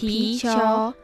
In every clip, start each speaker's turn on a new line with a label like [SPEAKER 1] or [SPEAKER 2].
[SPEAKER 1] 皮球、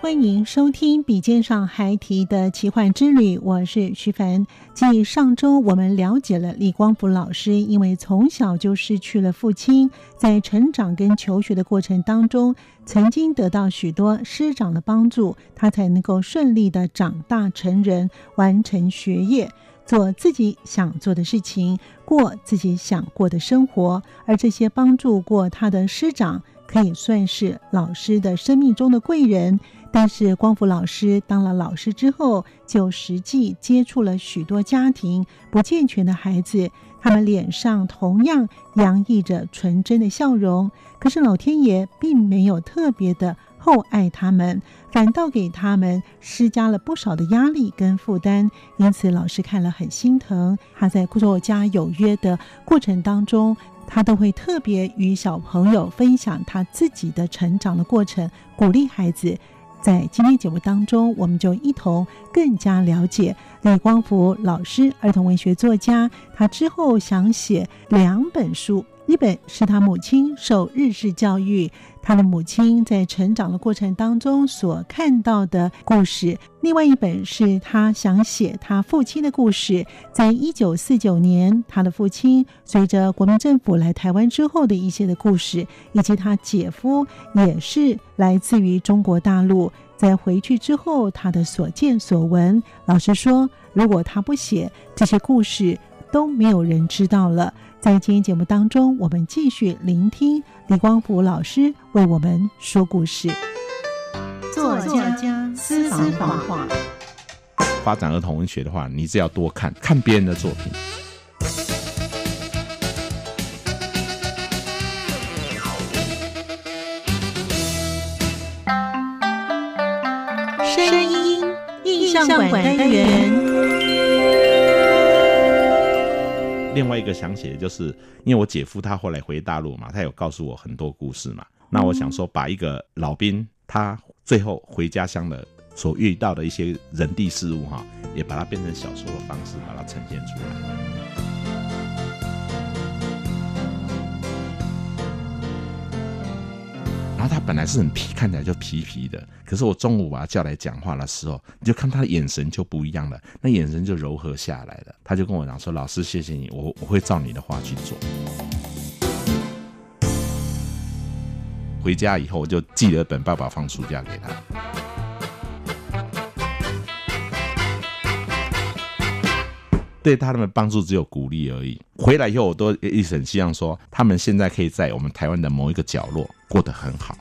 [SPEAKER 2] 欢迎收听《笔尖上孩提的奇幻之旅》，我是徐凡。继上周我们了解了李光福老师，因为从小就失去了父亲，在成长跟求学的过程当中，曾经得到许多师长的帮助，他才能够顺利的长大成人，完成学业。做自己想做的事情，过自己想过的生活，而这些帮助过他的师长，可以算是老师的生命中的贵人。但是光福老师当了老师之后，就实际接触了许多家庭不健全的孩子，他们脸上同样洋溢着纯真的笑容，可是老天爷并没有特别的厚爱他们。反倒给他们施加了不少的压力跟负担，因此老师看了很心疼。他在作家有约的过程当中，他都会特别与小朋友分享他自己的成长的过程，鼓励孩子。在今天节目当中，我们就一同更加了解李光福老师，儿童文学作家。他之后想写两本书，一本是他母亲受日式教育。他的母亲在成长的过程当中所看到的故事，另外一本是他想写他父亲的故事。在一九四九年，他的父亲随着国民政府来台湾之后的一些的故事，以及他姐夫也是来自于中国大陆，在回去之后他的所见所闻。老实说，如果他不写这些故事，都没有人知道了。在今天节目当中，我们继续聆听李光福老师为我们说故事。作家私房话，
[SPEAKER 3] 发展儿童文学的话，你只要多看看别人的作品。
[SPEAKER 2] 声音印象馆单元，
[SPEAKER 3] 另外一个想写的就是，因为我姐夫他后来回大陆嘛，他有告诉我很多故事嘛。那我想说，把一个老兵他最后回家乡的所遇到的一些人地事物哈，也把它变成小说的方式把它呈现出来。然后他本来是很皮，看起来就皮皮的，可是我中午把啊他叫来讲话的时候，你就看他的眼神就不一样了，那眼神就柔和下来了。他就跟我讲说：“老师，谢谢你，我我会照你的话去做。”回家以后，我就寄了本《爸爸放暑假》给他。对他们的帮助只有鼓励而已。回来以后，我都一很希望说，他们现在可以在我们台湾的某一个角落过得很好。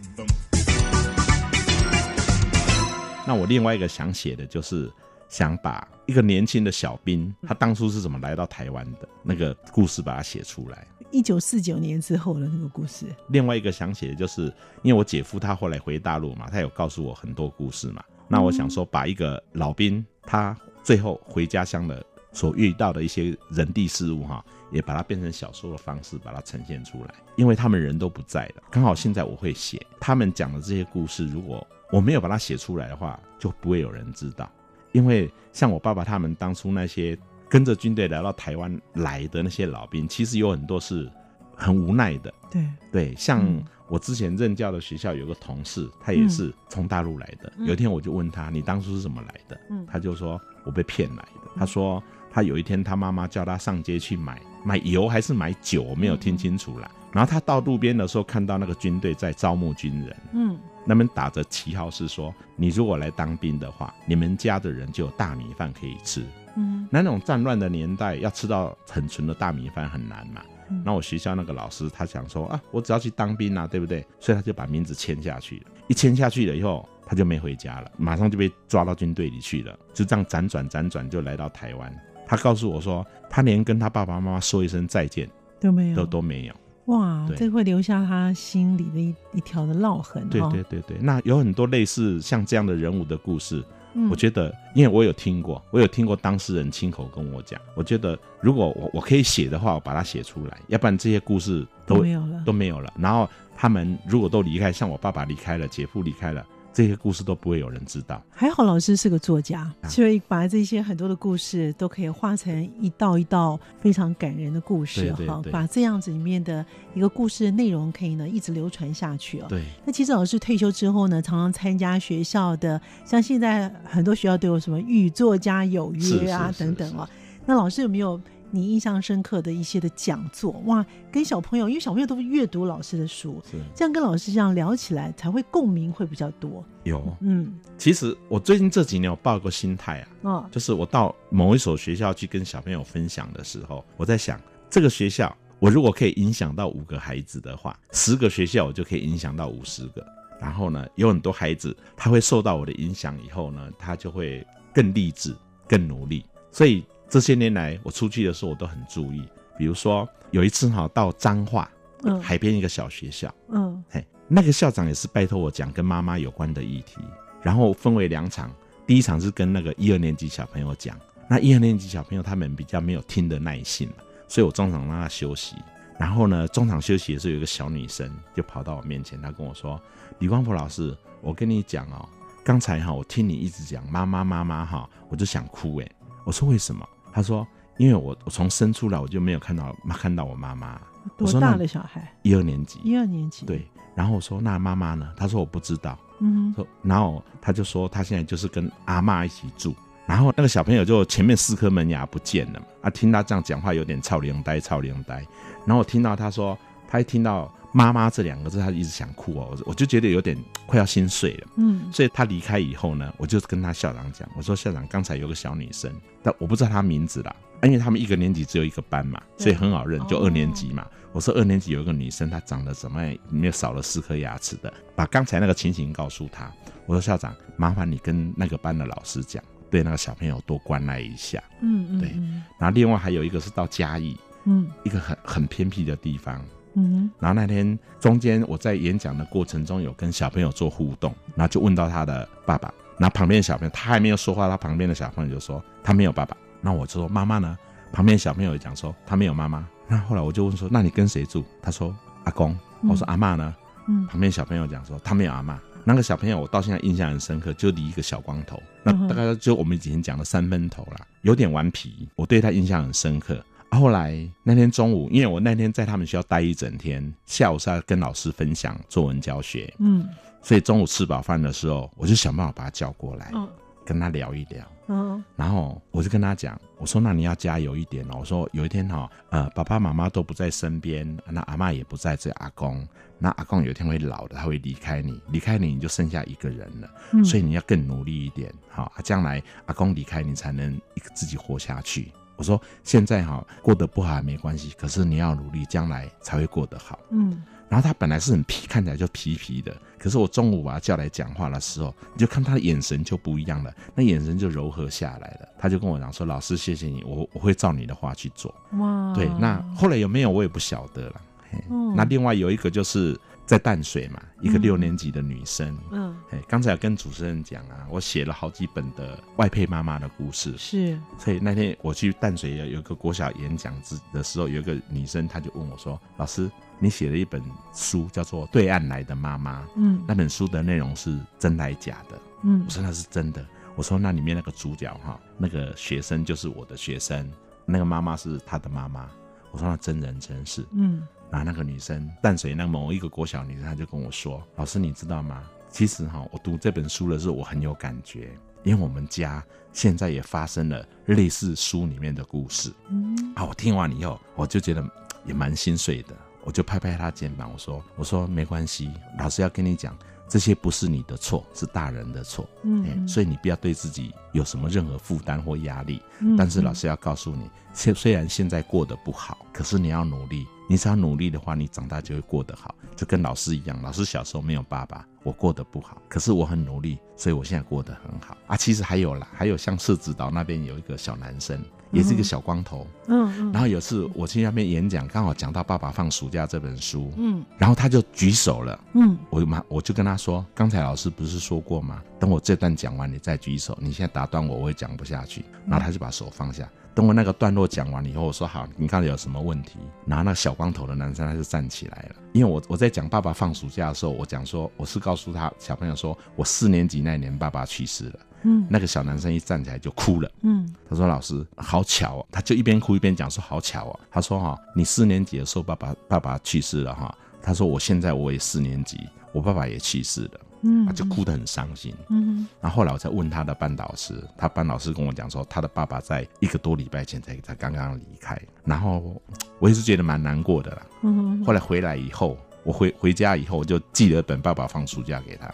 [SPEAKER 3] 那我另外一个想写的就是，想把一个年轻的小兵，他当初是怎么来到台湾的那个故事，把它写出来。
[SPEAKER 2] 一九四九年之后的那个故事。
[SPEAKER 3] 另外一个想写的就是，因为我姐夫他后来回大陆嘛，他有告诉我很多故事嘛。那我想说，把一个老兵他最后回家乡的所遇到的一些人地事物哈，也把它变成小说的方式把它呈现出来。因为他们人都不在了，刚好现在我会写他们讲的这些故事，如果我没有把它写出来的话，就不会有人知道。因为像我爸爸他们当初那些跟着军队来到台湾来的那些老兵，其实有很多是很无奈的。
[SPEAKER 2] 对，
[SPEAKER 3] 对，像
[SPEAKER 2] 嗯
[SPEAKER 3] 我之前任教的学校有个同事，他也是从大陆来的。
[SPEAKER 2] 嗯
[SPEAKER 3] 有一天我就问他：“你当初是怎么来的？”
[SPEAKER 2] 嗯
[SPEAKER 3] 他就说：“我被骗来的。”他说
[SPEAKER 2] 嗯
[SPEAKER 3] 他有一天他妈妈叫他上街去买买油还是买酒，我没有听清楚啦。然后他到路边的时候，看到那个军队在招募军人，
[SPEAKER 2] 嗯，
[SPEAKER 3] 那边打着旗号是说，你如果来当兵的话，你们家的人就有大米饭可以吃。
[SPEAKER 2] 嗯，
[SPEAKER 3] 那那种战乱的年代，要吃到很纯的大米饭很难嘛。
[SPEAKER 2] 嗯
[SPEAKER 3] 那我学校那个老师他想说啊，我只要去当兵啊，对不对？所以他就把名字签下去了。一签下去了以后，他就没回家了，马上就被抓到军队里去了。就这样辗转辗转就来到台湾。他告诉我说，他连跟他爸爸妈妈说一声再见
[SPEAKER 2] 都没有，
[SPEAKER 3] 都都没有。
[SPEAKER 2] 哇，
[SPEAKER 3] 对
[SPEAKER 2] 这会留下他心里的一一条的烙痕。
[SPEAKER 3] 对
[SPEAKER 2] 哈
[SPEAKER 3] 对，对对，那有很多类似像这样的人物的故事，
[SPEAKER 2] 嗯
[SPEAKER 3] 我觉得，因为我有听过，我有听过当事人亲口跟我讲，我觉得如果我我可以写的话，我把它写出来，要不然这些故事
[SPEAKER 2] 都
[SPEAKER 3] 都
[SPEAKER 2] 没有了
[SPEAKER 3] 都。没有了。然后他们如果都离开，像我爸爸离开了，姐夫离开了，这些故事都不会有人知道。
[SPEAKER 2] 还好老师是个作家，
[SPEAKER 3] 啊
[SPEAKER 2] 所以把这些很多的故事都可以化成一道一道非常感人的故事
[SPEAKER 3] 对对
[SPEAKER 2] 哈，
[SPEAKER 3] 对
[SPEAKER 2] 把这样子里面的一个故事的内容可以呢一直流传下去哦。
[SPEAKER 3] 对，
[SPEAKER 2] 那其实老师退休之后呢，常常参加学校的，像现在很多学校都有什么与作家有约啊
[SPEAKER 3] 是是是
[SPEAKER 2] 等等啊。那老师有没有你印象深刻的一些的讲座？哇，跟小朋友，因为小朋友都阅读老师的书，
[SPEAKER 3] 是
[SPEAKER 2] 这样跟老师这样聊起来才会共鸣会比较多。
[SPEAKER 3] 有。
[SPEAKER 2] 嗯，
[SPEAKER 3] 其实我最近这几年我抱一个心态啊，
[SPEAKER 2] 哦，
[SPEAKER 3] 就是我到某一所学校去跟小朋友分享的时候，我在想，这个学校我如果可以影响到五个孩子的话，十个学校我就可以影响到五十个。然后呢，有很多孩子他会受到我的影响以后呢，他就会更励志、更努力。所以这些年来，我出去的时候我都很注意。比如说有一次哈，到彰化
[SPEAKER 2] 嗯
[SPEAKER 3] 海边一个小学校，
[SPEAKER 2] 嗯
[SPEAKER 3] 嘿，那个校长也是拜托我讲跟妈妈有关的议题，然后分为两场，第一场是跟那个一二年级小朋友讲，那一二年级小朋友他们比较没有听的耐性嘛，所以我中场让他休息。然后呢，中场休息的时候，有一个小女生就跑到我面前，她跟我说：“李光普老师，我跟你讲哦，刚才哈、我听你一直讲妈妈妈妈哈、我就想哭诶。”我说：“为什么？”她说：“因为我我从生出来我就没有看到看到我妈妈，
[SPEAKER 2] 多
[SPEAKER 3] 我说
[SPEAKER 2] 大
[SPEAKER 3] 那
[SPEAKER 2] 的小孩？
[SPEAKER 3] 一二年级。”
[SPEAKER 2] 一二年级。，
[SPEAKER 3] 对，然后我说那妈妈呢？她说我不知道。
[SPEAKER 2] 嗯
[SPEAKER 3] 说然后她就说她现在就是跟阿嬷一起住。然后那个小朋友就前面四颗门牙不见了嘛，啊，听他这样讲话有点操灵呆操灵呆。然后我听到他说，他一听到妈妈这两个字，他一直想哭哦，我我就觉得有点快要心碎了。
[SPEAKER 2] 嗯
[SPEAKER 3] 所以他离开以后呢，我就跟他校长讲，我说校长，刚才有个小女生，但我不知道她名字啦，因为他们一个年级只有一个班嘛，所以很好认，就
[SPEAKER 2] 哦
[SPEAKER 3] 二年级嘛。我说二年级有一个女生，她长得怎么样，没有少了四颗牙齿的，把刚才那个情形告诉她。我说校长，麻烦你跟那个班的老师讲，对那个小朋友多关爱一下。
[SPEAKER 2] 嗯嗯，
[SPEAKER 3] 对
[SPEAKER 2] 嗯
[SPEAKER 3] 然后另外还有一个是到嘉义，
[SPEAKER 2] 嗯
[SPEAKER 3] 一个很很偏僻的地方，
[SPEAKER 2] 嗯
[SPEAKER 3] 然后那天中间我在演讲的过程中有跟小朋友做互动，然后就问到他的爸爸，然后旁边的小朋友他还没有说话，他旁边的小朋友就说他没有爸爸，那我就说妈妈呢？旁边的小朋友也讲说他没有妈妈，那后来我就问说那你跟谁住？他说阿公，
[SPEAKER 2] 嗯
[SPEAKER 3] 我说阿嬷呢？
[SPEAKER 2] 嗯
[SPEAKER 3] 旁边小朋友讲说他没有阿嬷。那个小朋友我到现在印象很深刻，就理一个小光头，那
[SPEAKER 2] 嗯哼
[SPEAKER 3] 大概就我们以前讲的三分头啦，有点顽皮，我对他印象很深刻。啊后来那天中午，因为我那天在他们学校待一整天，下午是要跟老师分享作文教学，
[SPEAKER 2] 嗯
[SPEAKER 3] 所以中午吃饱饭的时候，我就想办法把他叫过来，
[SPEAKER 2] 嗯
[SPEAKER 3] 跟他聊一聊。
[SPEAKER 2] 嗯
[SPEAKER 3] 然后我就跟他讲，我说那你要加油一点哦。我说有一天哈、呃，爸爸妈妈都不在身边，那阿嬷也不在，只有阿公。那阿公有一天会老的，他会离开你，离开你你就剩下一个人了，
[SPEAKER 2] 嗯，
[SPEAKER 3] 所以你要更努力一点，好、啊将来阿公离开你才能一个自己活下去。我说现在哈、过得不好没关系，可是你要努力，将来才会过得好。
[SPEAKER 2] 嗯
[SPEAKER 3] 然后他本来是很皮，看起来就皮皮的，可是我中午把他叫来讲话的时候，你就看他的眼神就不一样了，那眼神就柔和下来了。他就跟我讲说：“老师，谢谢你，
[SPEAKER 2] 嗯
[SPEAKER 3] 我我会照你的话去做。
[SPEAKER 2] 哇，
[SPEAKER 3] 对，那后来有没有我也不晓得了。嘿
[SPEAKER 2] 哦嗯
[SPEAKER 3] 那另外有一个就是在淡水嘛，一个
[SPEAKER 2] 嗯
[SPEAKER 3] 六年级的女生，
[SPEAKER 2] 嗯
[SPEAKER 3] 哎、刚才有跟主持人讲啊，我写了好几本的外配妈妈的故事，
[SPEAKER 2] 是
[SPEAKER 3] 所以那天我去淡水有有一个国小演讲之的时候，有一个女生她就问我说：“老师，你写了一本书叫做《对岸来的妈妈》，
[SPEAKER 2] 嗯
[SPEAKER 3] 那本书的内容是真来假的？”
[SPEAKER 2] 嗯
[SPEAKER 3] 我说：“那是真的。”我说：“那里面那个主角哈，那个学生就是我的学生，那个妈妈是他的妈妈。”我说：“那真人真事。”
[SPEAKER 2] 嗯
[SPEAKER 3] 然后那个女生，淡水那某一个国小女生，她就跟我说：“老师，你知道吗？其实哈、我读这本书的时候，我很有感觉，因为我们家现在也发生了类似书里面的故事
[SPEAKER 2] 嗯
[SPEAKER 3] 啊。”我听完以后，我就觉得嗯也蛮心碎的。我就拍拍他肩膀，我说：“我说没关系，老师要跟你讲，这些不是你的错，是大人的错。
[SPEAKER 2] 嗯
[SPEAKER 3] 哎、
[SPEAKER 2] 嗯
[SPEAKER 3] 所以你不要对自己有什么任何负担或压力。
[SPEAKER 2] 嗯
[SPEAKER 3] 但是老师要告诉你，虽虽然现在过得不好，可是你要努力。你只要努力的话，你长大就会过得好。就跟老师一样，老师小时候没有爸爸，我过得不好，可是我很努力，所以我现在过得很好啊。其实还有啦，还有像社指导那边有一个小男生，也是一个小光头。
[SPEAKER 2] 嗯
[SPEAKER 3] 然后有次我去那边演讲，刚好讲到《爸爸放暑假》这本书，
[SPEAKER 2] 嗯
[SPEAKER 3] 然后他就举手了。
[SPEAKER 2] 嗯
[SPEAKER 3] 我就马我就跟他说，刚才老师不是说过吗？等我这段讲完，你再举手。你现在打断我，我也讲不下去。然后他就把手放下。等我那个段落讲完以后，我说好，你看有什么问题？然后那个小光头的男生他就站起来了，因为我我在讲爸爸放暑假的时候，我讲说我是告诉他小朋友说，我四年级那年爸爸去世了。
[SPEAKER 2] 嗯
[SPEAKER 3] 那个小男生一站起来就哭了。
[SPEAKER 2] 嗯
[SPEAKER 3] 他说：“老师，好巧哦。”他就一边哭一边讲说：“好巧哦。”他说：“哈，你四年级的时候，爸爸爸爸去世了哈。”他说：“我现在我也四年级，我爸爸也去世了。”
[SPEAKER 2] 嗯
[SPEAKER 3] 他就哭得很伤心。
[SPEAKER 2] 嗯
[SPEAKER 3] 然后后来我才问他的班导师，他班导师跟我讲说，他的爸爸在一个多礼拜前才才刚刚离开。然后我也是觉得蛮难过的啦。
[SPEAKER 2] 嗯
[SPEAKER 3] 后来回来以后，我回回家以后，我就寄了本爸爸放暑假给他。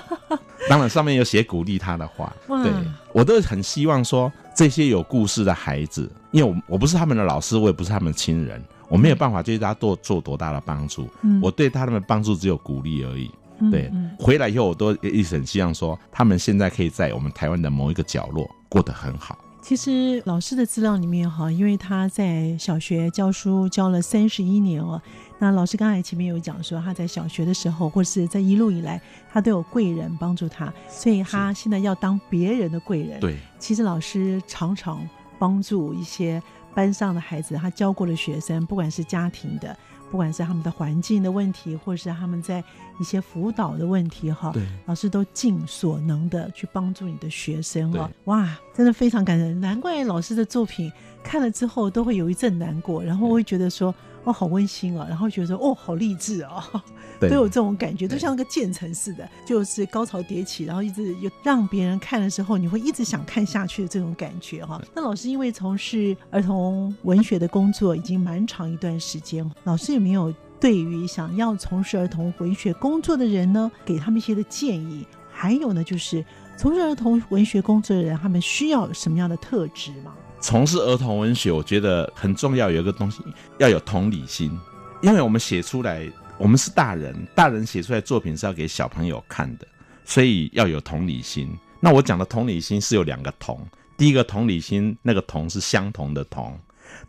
[SPEAKER 3] 当然，上面有写鼓励他的话，
[SPEAKER 2] 哇
[SPEAKER 3] 对我都很希望说这些有故事的孩子，因为我我不是他们的老师，我也不是他们亲人，我没有办法对他做做多大的帮助，
[SPEAKER 2] 嗯
[SPEAKER 3] 我对他们的帮助只有鼓励而已。
[SPEAKER 2] 嗯
[SPEAKER 3] 对，
[SPEAKER 2] 嗯
[SPEAKER 3] 回来以后我都一直很希望说，他们现在可以在我们台湾的某一个角落过得很好。
[SPEAKER 2] 其实老师的资料里面哈，因为他在小学教书教了三十一年哦。那老师刚才前面有讲说，他在小学的时候，或是在一路以来，他都有贵人帮助他，所以他现在要当别人的贵人。，
[SPEAKER 3] 对，
[SPEAKER 2] 其实老师常常帮助一些班上的孩子，他教过的学生，不管是家庭的，不管是他们的环境的问题，或是他们在一些辅导的问题哈，
[SPEAKER 3] 对，
[SPEAKER 2] 老师都尽所能的去帮助你的学生哦
[SPEAKER 3] 对。
[SPEAKER 2] 哇，真的非常感人，难怪老师的作品看了之后都会有一阵难过，然后会觉得说。哦，好温馨哦，然后觉得说哦，好励志哦，
[SPEAKER 3] 对，
[SPEAKER 2] 都有这种感觉，都
[SPEAKER 3] 对
[SPEAKER 2] 像那个渐层似的，就是高潮迭起，然后一直有让别人看的时候，你会一直想看下去的这种感觉哈。那老师因为从事儿童文学的工作已经蛮长一段时间，老师有没有对于想要从事儿童文学工作的人呢，给他们一些的建议？还有呢，就是从事儿童文学工作的人，他们需要有什么样的特质吗？
[SPEAKER 3] 从事儿童文学，我觉得很重要有一个东西，要有同理心，因为我们写出来，我们是大人，大人写出来作品是要给小朋友看的，所以要有同理心。那我讲的同理心是有两个同，第一个同理心，那个同是相同的同，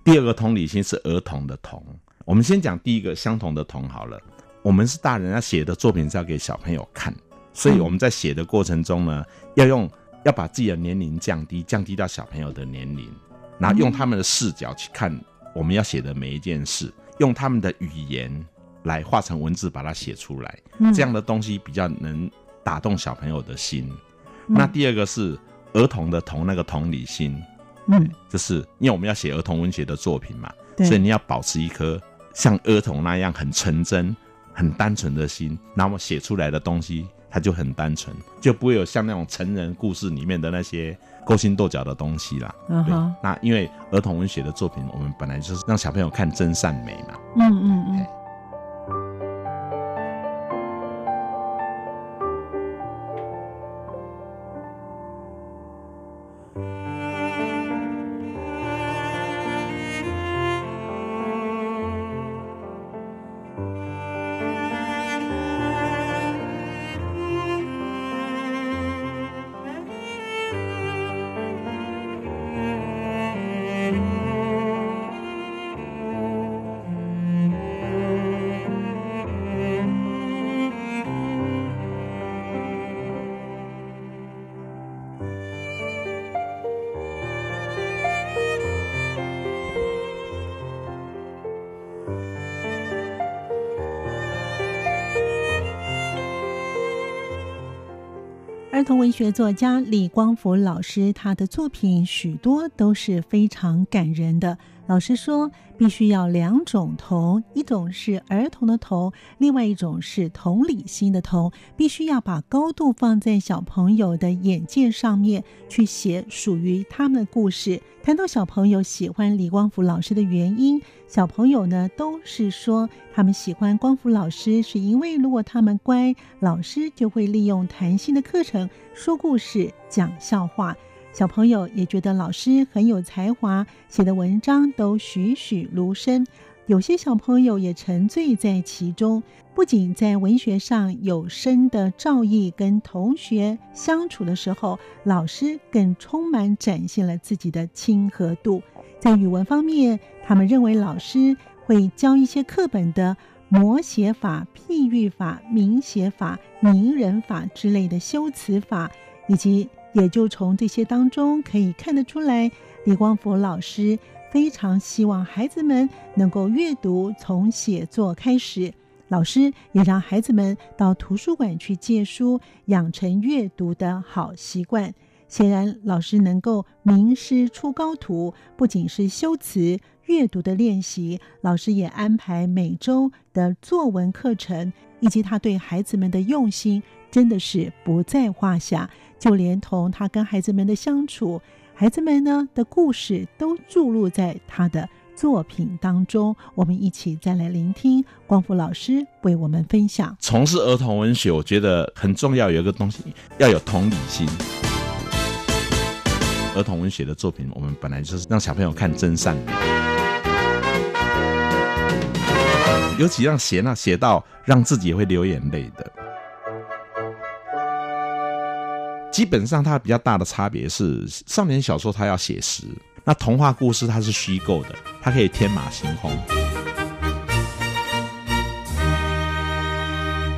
[SPEAKER 3] 第二个同理心是儿童的同。我们先讲第一个相同的同好了，我们是大人要写的作品是要给小朋友看，所以我们在写的过程中呢，要用要把自己的年龄降低，降低到小朋友的年龄，然后用他们的视角去看我们要写的每一件事，用他们的语言来化成文字把它写出来，
[SPEAKER 2] 嗯
[SPEAKER 3] 这样的东西比较能打动小朋友的心。那第二个是儿童的童那个同理心，
[SPEAKER 2] 嗯，
[SPEAKER 3] 就是因为我们要写儿童文学的作品嘛，
[SPEAKER 2] 对，
[SPEAKER 3] 所以你要保持一颗像儿童那样很纯真、很单纯的心，那么写出来的东西它就很单纯，就不会有像那种成人故事里面的那些勾心斗角的东西啦。
[SPEAKER 2] 嗯
[SPEAKER 3] 对
[SPEAKER 2] 哼，
[SPEAKER 3] 那因为儿童文学的作品，我们本来就是让小朋友看真善美嘛。
[SPEAKER 2] 嗯嗯嗯。儿童文学作家李光福老师，他的作品许多都是非常感人的，老师说，必须要两种童，一种是儿童的童，另外一种是同理心的童，必须要把高度放在小朋友的眼界上面去写属于他们的故事。谈到小朋友喜欢李光福老师的原因，小朋友呢都是说他们喜欢光福老师，是因为如果他们乖，老师就会利用弹性的课程说故事、讲笑话。小朋友也觉得老师很有才华，写的文章都栩栩如生。有些小朋友也沉醉在其中，不仅在文学上有深的造诣，跟同学相处的时候，老师更充满展现了自己的亲和度。在语文方面，他们认为老师会教一些课本的。摹写法、譬喻法、明写法、拟人法之类的修辞法，以及也就从这些当中可以看得出来，李光福老师非常希望孩子们能够阅读，从写作开始。老师也让孩子们到图书馆去借书，养成阅读的好习惯。显然，老师能够名师出高徒，不仅是修辞。阅读的练习，老师也安排每周的作文课程，以及他对孩子们的用心，真的是不在话下。就连同他跟孩子们的相处，孩子们呢的故事都注入在他的作品当中。我们一起再来聆听光复老师为我们分享。
[SPEAKER 3] 从事儿童文学，我觉得很重要，有一个东西要有同理心。儿童文学的作品，我们本来就是让小朋友看真善美。尤其让写那写到让自己也会流眼泪的，基本上它比较大的差别是，少年小说它要写实，那童话故事它是虚构的，它可以天马行空。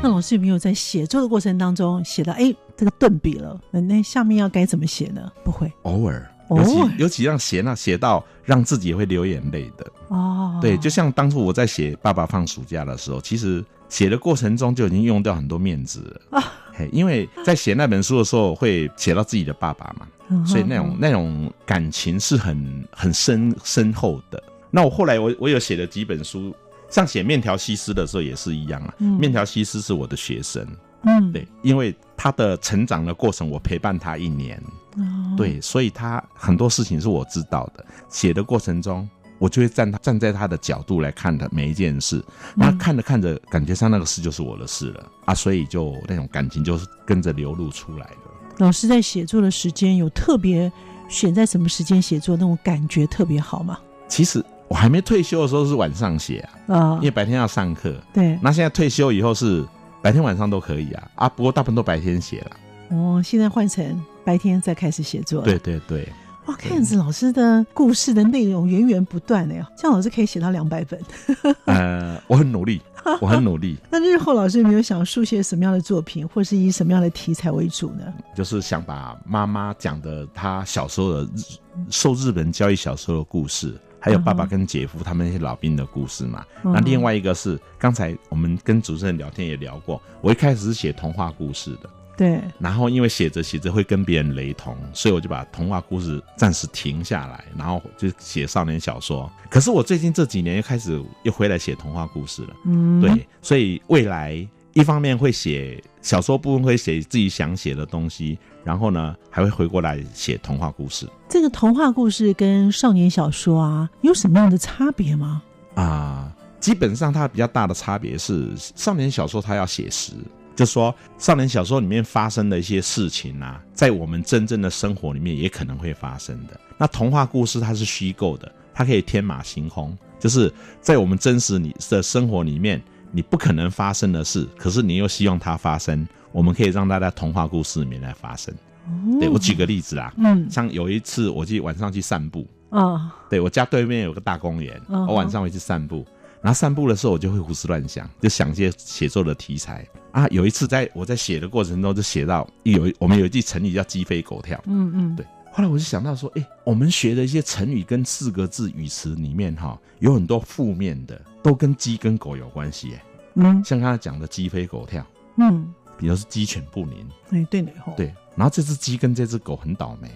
[SPEAKER 2] 那老师有没有在写作的过程当中写到，哎、欸，这个顿笔了，那下面要该怎么写呢？不会，
[SPEAKER 3] 偶尔。
[SPEAKER 2] 哦、
[SPEAKER 3] 尤其尤其让写那写到让自己会流眼泪的
[SPEAKER 2] 哦，
[SPEAKER 3] 对，就像当初我在写《爸爸放暑假》的时候，其实写的过程中就已经用掉很多面子了啊，因为在写那本书的时候会写到自己的爸爸嘛，嗯、所以那种、嗯、那种感情是很很深深厚的。那我后来我我有写了几本书，像写《面条西施》的时候也是一样啊，嗯《面条西施》是我的学生，
[SPEAKER 2] 嗯，
[SPEAKER 3] 对，因为他的成长的过程，我陪伴他一年。
[SPEAKER 2] 哦
[SPEAKER 3] 对，所以他很多事情是我知道的。写的过程中，我就会站他站在他的角度来看的每一件事。那看着看着，感觉上那个事就是我的事了啊，所以就那种感情就是跟着流露出来的。
[SPEAKER 2] 老师在写作的时间有特别选在什么时间写作，那种感觉特别好吗？
[SPEAKER 3] 其实我还没退休的时候是晚上写啊，
[SPEAKER 2] 啊、哦，
[SPEAKER 3] 因为白天要上课。
[SPEAKER 2] 对，
[SPEAKER 3] 那现在退休以后是白天晚上都可以啊啊，不过大部分都白天写了。
[SPEAKER 2] 哦，现在换成白天再开始写作了。
[SPEAKER 3] 对对对，
[SPEAKER 2] 哇，看样子老师的故事的内容源源不断哎，这样老师可以写到两百本。
[SPEAKER 3] 呃，我很努力，我很努力。
[SPEAKER 2] 那日后老师有没有想书写什么样的作品，或是以什么样的题材为主呢？
[SPEAKER 3] 就是想把妈妈讲的她小时候的日受日本教育小时候的故事，还有爸爸跟姐夫他们那些老兵的故事嘛。嗯、那另外一个是刚才我们跟主持人聊天也聊过，我一开始是写童话故事的。
[SPEAKER 2] 嗯对，
[SPEAKER 3] 然后因为写着写着会跟别人雷同，所以我就把童话故事暂时停下来，然后就写少年小说。可是我最近这几年又开始又回来写童话故事了，
[SPEAKER 2] 嗯，
[SPEAKER 3] 对，所以未来一方面会写小说部分，会写自己想写的东西，然后呢还会回过来写童话故事。
[SPEAKER 2] 这个童话故事跟少年小说啊有什么样的差别吗？
[SPEAKER 3] 啊、呃，基本上它比较大的差别是少年小说它要写实。就说少年小说里面发生的一些事情啊，在我们真正的生活里面也可能会发生的。那童话故事它是虚构的，它可以天马行空，就是在我们真实你的生活里面，你不可能发生的事，可是你又希望它发生，我们可以让它在童话故事里面来发生。
[SPEAKER 2] 哦、
[SPEAKER 3] 对我举个例子啊，
[SPEAKER 2] 嗯，
[SPEAKER 3] 像有一次我去晚上去散步，
[SPEAKER 2] 啊、哦，
[SPEAKER 3] 对我家对面有个大公园，
[SPEAKER 2] 哦、
[SPEAKER 3] 我晚上会去散步。然后散步的时候，我就会胡思乱想，就想一些写作的题材啊。有一次在，在我在写的过程中，就写到有我们有一句成语叫“鸡飞狗跳”，
[SPEAKER 2] 嗯嗯，
[SPEAKER 3] 对。后来我就想到说，哎，我们学的一些成语跟四个字语词里面哈、哦，有很多负面的，都跟鸡跟狗有关系。
[SPEAKER 2] 嗯，
[SPEAKER 3] 像刚才讲的“鸡飞狗跳”，
[SPEAKER 2] 嗯，
[SPEAKER 3] 比如是鸡犬不宁。
[SPEAKER 2] 哎，对的吼、哦。
[SPEAKER 3] 对，然后这只鸡跟 这只狗很倒霉，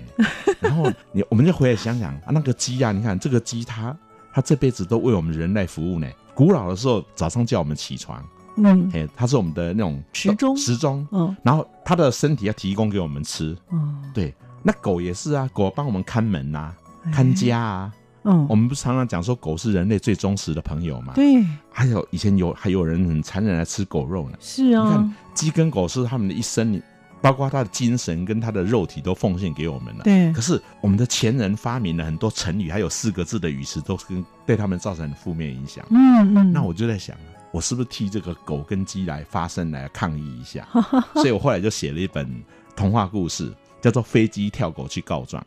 [SPEAKER 3] 然后你我们就回来想想啊，那个鸡啊，你看这个鸡它。他这辈子都为我们人类服务呢。古老的时候，早上叫我们起床，
[SPEAKER 2] 嗯
[SPEAKER 3] 哎，他是我们的那种
[SPEAKER 2] 时钟
[SPEAKER 3] 时钟，
[SPEAKER 2] 嗯
[SPEAKER 3] 然后他的身体要提供给我们吃。
[SPEAKER 2] 哦，
[SPEAKER 3] 对，那狗也是啊，狗帮我们看门呐、
[SPEAKER 2] 哎
[SPEAKER 3] 看家啊。
[SPEAKER 2] 嗯
[SPEAKER 3] 我，们不是常常讲说狗是人类最忠实的朋友嘛？。
[SPEAKER 2] 对，
[SPEAKER 3] 还有以前有还有人很残忍来吃狗肉呢。
[SPEAKER 2] 是
[SPEAKER 3] 你
[SPEAKER 2] 啊
[SPEAKER 3] 看，鸡跟狗是他们的一生，包括他的精神跟他的肉体都奉献给我们了。
[SPEAKER 2] 对
[SPEAKER 3] 可，是我们的前人发明了很多成语，还有四个字的语词，都跟对他们造成负面影响。
[SPEAKER 2] 嗯嗯，
[SPEAKER 3] 那我就在想，我是不是替这个狗跟鸡来发声来抗议 一下？所以我后来就写了一本童话故事，叫做《飞机跳狗去告状》，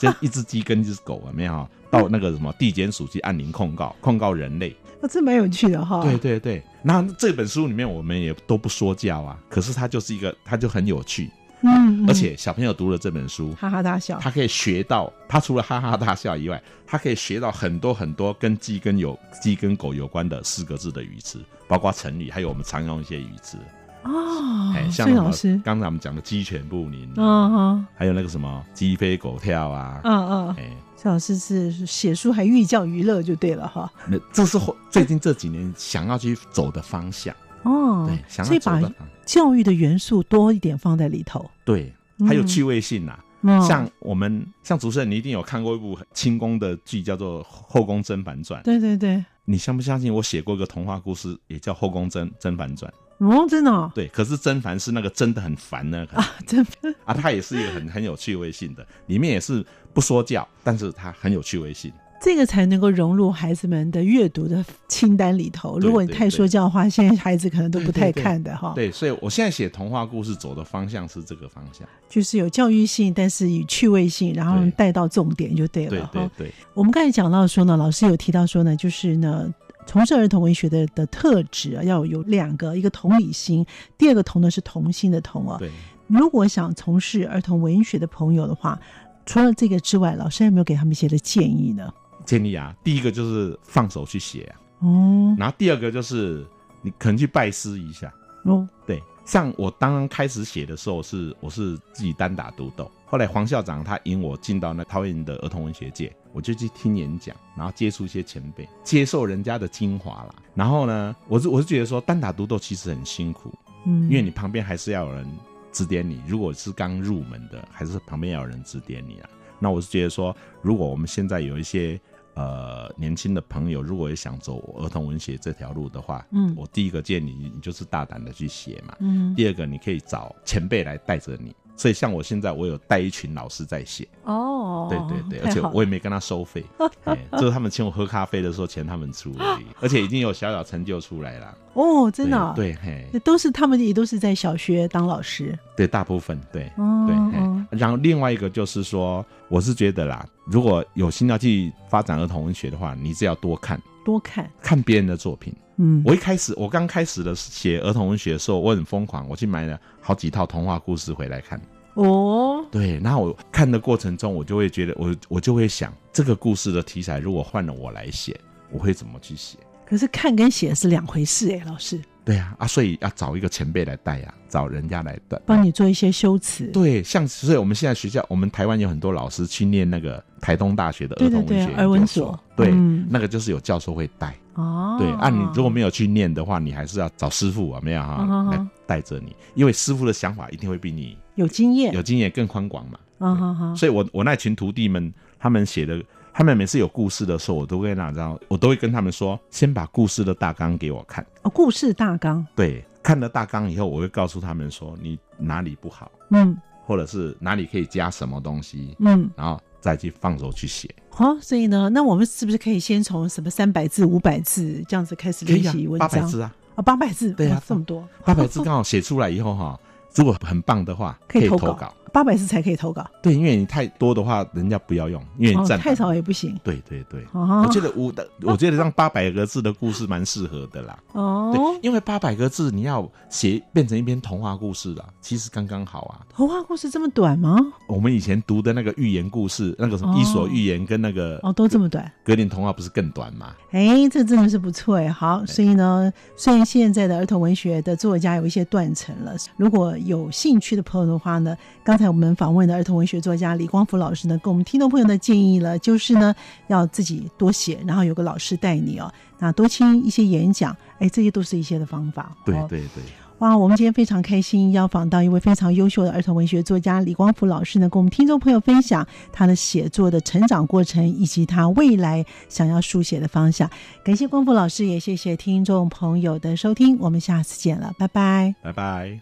[SPEAKER 3] 就一只鸡跟一只狗有没有？到那个什么地检署去按铃控告，控告人类。
[SPEAKER 2] 哦这蛮有趣的哈，
[SPEAKER 3] 对，对对，那这本书里面我们也都不说教啊，可是它就是一个，它就很有趣，
[SPEAKER 2] 嗯，嗯
[SPEAKER 3] 而且小朋友读了这本书，
[SPEAKER 2] 哈哈大笑，
[SPEAKER 3] 他可以学到，他除了哈哈大笑以外，他可以学到很多很多跟鸡跟有鸡跟狗有关的四个字的语词，包括成语，还有我们常用一些语词，
[SPEAKER 2] 哦
[SPEAKER 3] 哎、，像
[SPEAKER 2] 孙
[SPEAKER 3] 什
[SPEAKER 2] 老
[SPEAKER 3] 么
[SPEAKER 2] 师，
[SPEAKER 3] 刚才我们讲的鸡犬不宁啊，
[SPEAKER 2] 嗯哈，
[SPEAKER 3] 还有那个什么鸡飞狗跳啊，
[SPEAKER 2] 嗯嗯，
[SPEAKER 3] 哎、
[SPEAKER 2] 孙老师是写书还寓教于乐就对了哈，
[SPEAKER 3] 那这是后最近这几年想要去走的方向，
[SPEAKER 2] 哦
[SPEAKER 3] 对，，想
[SPEAKER 2] 所
[SPEAKER 3] 要
[SPEAKER 2] 以
[SPEAKER 3] 走
[SPEAKER 2] 把
[SPEAKER 3] 的方向，
[SPEAKER 2] 教育的元素多一点放在里头，
[SPEAKER 3] 对，
[SPEAKER 2] 嗯
[SPEAKER 3] 还有趣味性啊。
[SPEAKER 2] 嗯
[SPEAKER 3] 像我们像主持人，你一定有看过一部清宫的剧，叫做《后宫甄嬛传》。
[SPEAKER 2] 对对对，
[SPEAKER 3] 你相不相信我写过一个童话故事，也叫《后宫甄甄嬛传》？
[SPEAKER 2] 哦，真的哦
[SPEAKER 3] 对，可是甄嬛是那个真的很烦呢、很
[SPEAKER 2] 啊，真的
[SPEAKER 3] 啊，它也是一个很很有趣味性的，里面也是不说教，但是它很有趣味性。
[SPEAKER 2] 这个才能够融入孩子们的阅读的清单里头。
[SPEAKER 3] 对
[SPEAKER 2] 如果你
[SPEAKER 3] 对
[SPEAKER 2] 太
[SPEAKER 3] 对
[SPEAKER 2] 说教的话，现在孩子可能都不太
[SPEAKER 3] 对对对
[SPEAKER 2] 看的哈。
[SPEAKER 3] 对，所以我现在写童话故事走的方向是这个方向。
[SPEAKER 2] 就是有教育性，但是以趣味性，然后
[SPEAKER 3] 对
[SPEAKER 2] 带到重点就对哦
[SPEAKER 3] 对
[SPEAKER 2] 了
[SPEAKER 3] 对
[SPEAKER 2] 哈。
[SPEAKER 3] 对，
[SPEAKER 2] 我们刚才讲到说呢，老师有提到说呢，就是呢。从事儿童文学的的特质啊，要有两个，一个同理心，第二个同呢是童心的童啊。
[SPEAKER 3] 对，
[SPEAKER 2] 如果想从事儿童文学的朋友的话，除了这个之外，老师有没有给他们一些的建议呢？
[SPEAKER 3] 建议啊，第一个就是放手去写、啊，
[SPEAKER 2] 哦
[SPEAKER 3] 然后第二个就是你可能去拜师一下。
[SPEAKER 2] 哦，
[SPEAKER 3] 对，像我刚刚开始写的时候是我是自己单打独斗，后来黄校长他引我进到那桃园的儿童文学界，我就去听演讲，然后接触一些前辈，接受人家的精华啦。然后呢，我是我是觉得说单打独斗其实很辛苦，
[SPEAKER 2] 嗯，
[SPEAKER 3] 因为你旁边还是要有人指点你。如果是刚入门的，还是旁边要有人指点你啊。那我是觉得说，如果我们现在有一些呃年轻的朋友，如果也想走儿童文学这条路的话，
[SPEAKER 2] 嗯
[SPEAKER 3] 我第一个建议你，你就是大胆的去写嘛。
[SPEAKER 2] 嗯
[SPEAKER 3] 第二个，你可以找前辈来带着你。所以像我现在，我有带一群老师在写，
[SPEAKER 2] 哦，
[SPEAKER 3] 对对对，
[SPEAKER 2] 太
[SPEAKER 3] 而且
[SPEAKER 2] 好
[SPEAKER 3] 我也没跟他 收费，哎就是他们请我喝咖啡的时候钱他们出 而已，而且已经有小小成就出来了，
[SPEAKER 2] 哦，真的啊、
[SPEAKER 3] 对，对嘿，
[SPEAKER 2] 都是他们也都是在小学当老师，
[SPEAKER 3] 对，大部分对，
[SPEAKER 2] 哦
[SPEAKER 3] 对，
[SPEAKER 2] 哦
[SPEAKER 3] 嘿然后另外一个就是说，我是觉得啦，如果有心要去发展儿童文学的话，你只要多看
[SPEAKER 2] 多看，
[SPEAKER 3] 看别人的作品。
[SPEAKER 2] 嗯，
[SPEAKER 3] 我一开始，我刚开始的写儿童文学的时候，我很疯狂，我去买了好几套童话故事回来看。
[SPEAKER 2] 哦，
[SPEAKER 3] 对，然后我看的过程中，我就会觉得，我我就会想，这个故事的题材如果换了我来写，我会怎么去写？
[SPEAKER 2] 可是看跟写是两回事哎，老师
[SPEAKER 3] 对啊，啊，所以要找一个前辈来带呀、找人家来带。
[SPEAKER 2] 帮你做一些修辞，
[SPEAKER 3] 对，像所以我们现在学校，我们台湾有很多老师去念那个台东大学的
[SPEAKER 2] 对
[SPEAKER 3] 儿
[SPEAKER 2] 对
[SPEAKER 3] 童文学
[SPEAKER 2] 对
[SPEAKER 3] 研，
[SPEAKER 2] 儿
[SPEAKER 3] 究
[SPEAKER 2] 文
[SPEAKER 3] 所
[SPEAKER 2] 所，
[SPEAKER 3] 对，
[SPEAKER 2] 嗯
[SPEAKER 3] 那个就是有教授会带。
[SPEAKER 2] 哦，
[SPEAKER 3] 对，啊，你如果没有去念的话，你还是要找师傅啊，没有哈、
[SPEAKER 2] 嗯哼
[SPEAKER 3] 来带着你，因为师傅的想法一定会比你
[SPEAKER 2] 有经验
[SPEAKER 3] 有，经验更宽广嘛。
[SPEAKER 2] 啊哈哈，
[SPEAKER 3] 所以我我那群徒弟们，他们写的，他们每次有故事的时候，我都会让让，我都会跟他们说，先把故事的大纲给我看。
[SPEAKER 2] 哦，故事大纲，
[SPEAKER 3] 对，看了大纲以后，我会告诉他们说，你哪里不好，
[SPEAKER 2] 嗯
[SPEAKER 3] 或者是哪里可以加什么东西。
[SPEAKER 2] 嗯，
[SPEAKER 3] 然后再去放手去写。
[SPEAKER 2] 好，所以呢，那我们是不是可以先从什么三百字、五百字这样子开始练习文
[SPEAKER 3] 哎八
[SPEAKER 2] 章？
[SPEAKER 3] 百字啊，
[SPEAKER 2] 啊，八百字，
[SPEAKER 3] 对啊
[SPEAKER 2] 哇这么多，
[SPEAKER 3] 八百字刚好写出来以后哈，如果很棒的话，
[SPEAKER 2] 可以投
[SPEAKER 3] 投
[SPEAKER 2] 稿。，八百字才可以投稿，
[SPEAKER 3] 对，因为你太多的话，人家不要用，因为你
[SPEAKER 2] 哦，
[SPEAKER 3] 占、
[SPEAKER 2] 太少。也不行，
[SPEAKER 3] 对对对，
[SPEAKER 2] 哦
[SPEAKER 3] 我觉得五的，我觉得让八百个字的故事蛮适合的啦。
[SPEAKER 2] 哦
[SPEAKER 3] 对，，因为八百个字你要写变成一篇童话故事啦，其实刚刚好啊。
[SPEAKER 2] 童话故事这么短吗？
[SPEAKER 3] 我们以前读的那个寓言故事，那个什么
[SPEAKER 2] 哦
[SPEAKER 3] 《伊索寓言》跟那个
[SPEAKER 2] 哦，都这么短。
[SPEAKER 3] 格林童话，不是更短吗？
[SPEAKER 2] 哎，这真的是不错哎。好，所以呢，虽然现在的儿童文学的作家有一些断层了，如果有兴趣的朋友的话呢，刚才我们访问的儿童文学作家李光福老师呢，给我们听众朋友的建议了，就是呢要自己多写，然后有个老师带你哦，那多听一些演讲，哎，这些都是一些的方法。
[SPEAKER 3] 对
[SPEAKER 2] 哦
[SPEAKER 3] 对对，
[SPEAKER 2] 哇，我们今天非常开心，邀访到一位非常优秀的儿童文学作家李光福老师呢，跟我们听众朋友分享他的写作的成长过程，以及他未来想要书写的方向。感谢光福老师，也谢谢听众朋友的收听，我们下次见了，拜拜。
[SPEAKER 3] 拜拜。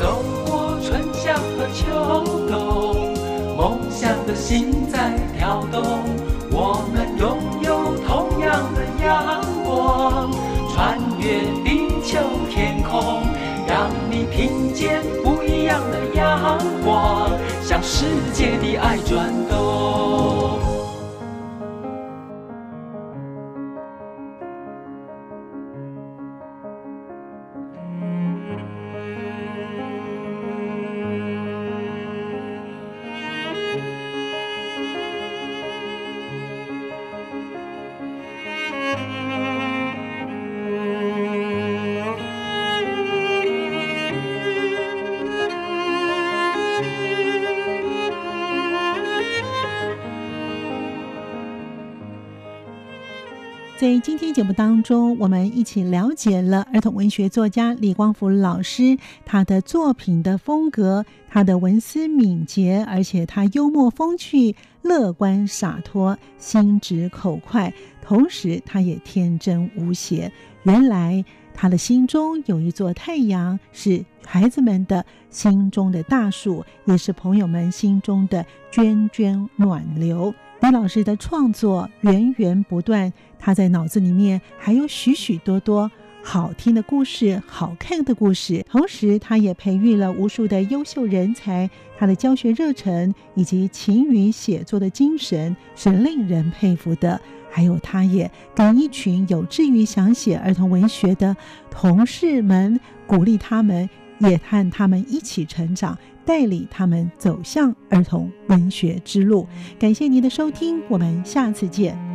[SPEAKER 4] 走过春夏和秋冬，梦想的心在跳动。我们拥有同样的阳光，穿越地球天空，让你听见不一样的阳光，向世界的爱转动。
[SPEAKER 2] 在今天节目当中，我们一起了解了儿童文学作家李光福老师他的作品的风格，他的文思敏捷，而且他幽默风趣、乐观洒脱、心直口快，同时他也天真无邪。原来他的心中有一座太阳，是孩子们的心中的大树，也是朋友们心中的涓涓暖流。李老师的创作源源不断，他在脑子里面还有许许多多好听的故事、好看的故事，同时他也培育了无数的优秀人才。他的教学热忱以及勤于写作的精神是令人佩服的。还有，他也跟一群有志于想写儿童文学的同事们鼓励他们，也和他们一起成长，带领他们走向儿童文学之路。感谢您的收听，我们下次见。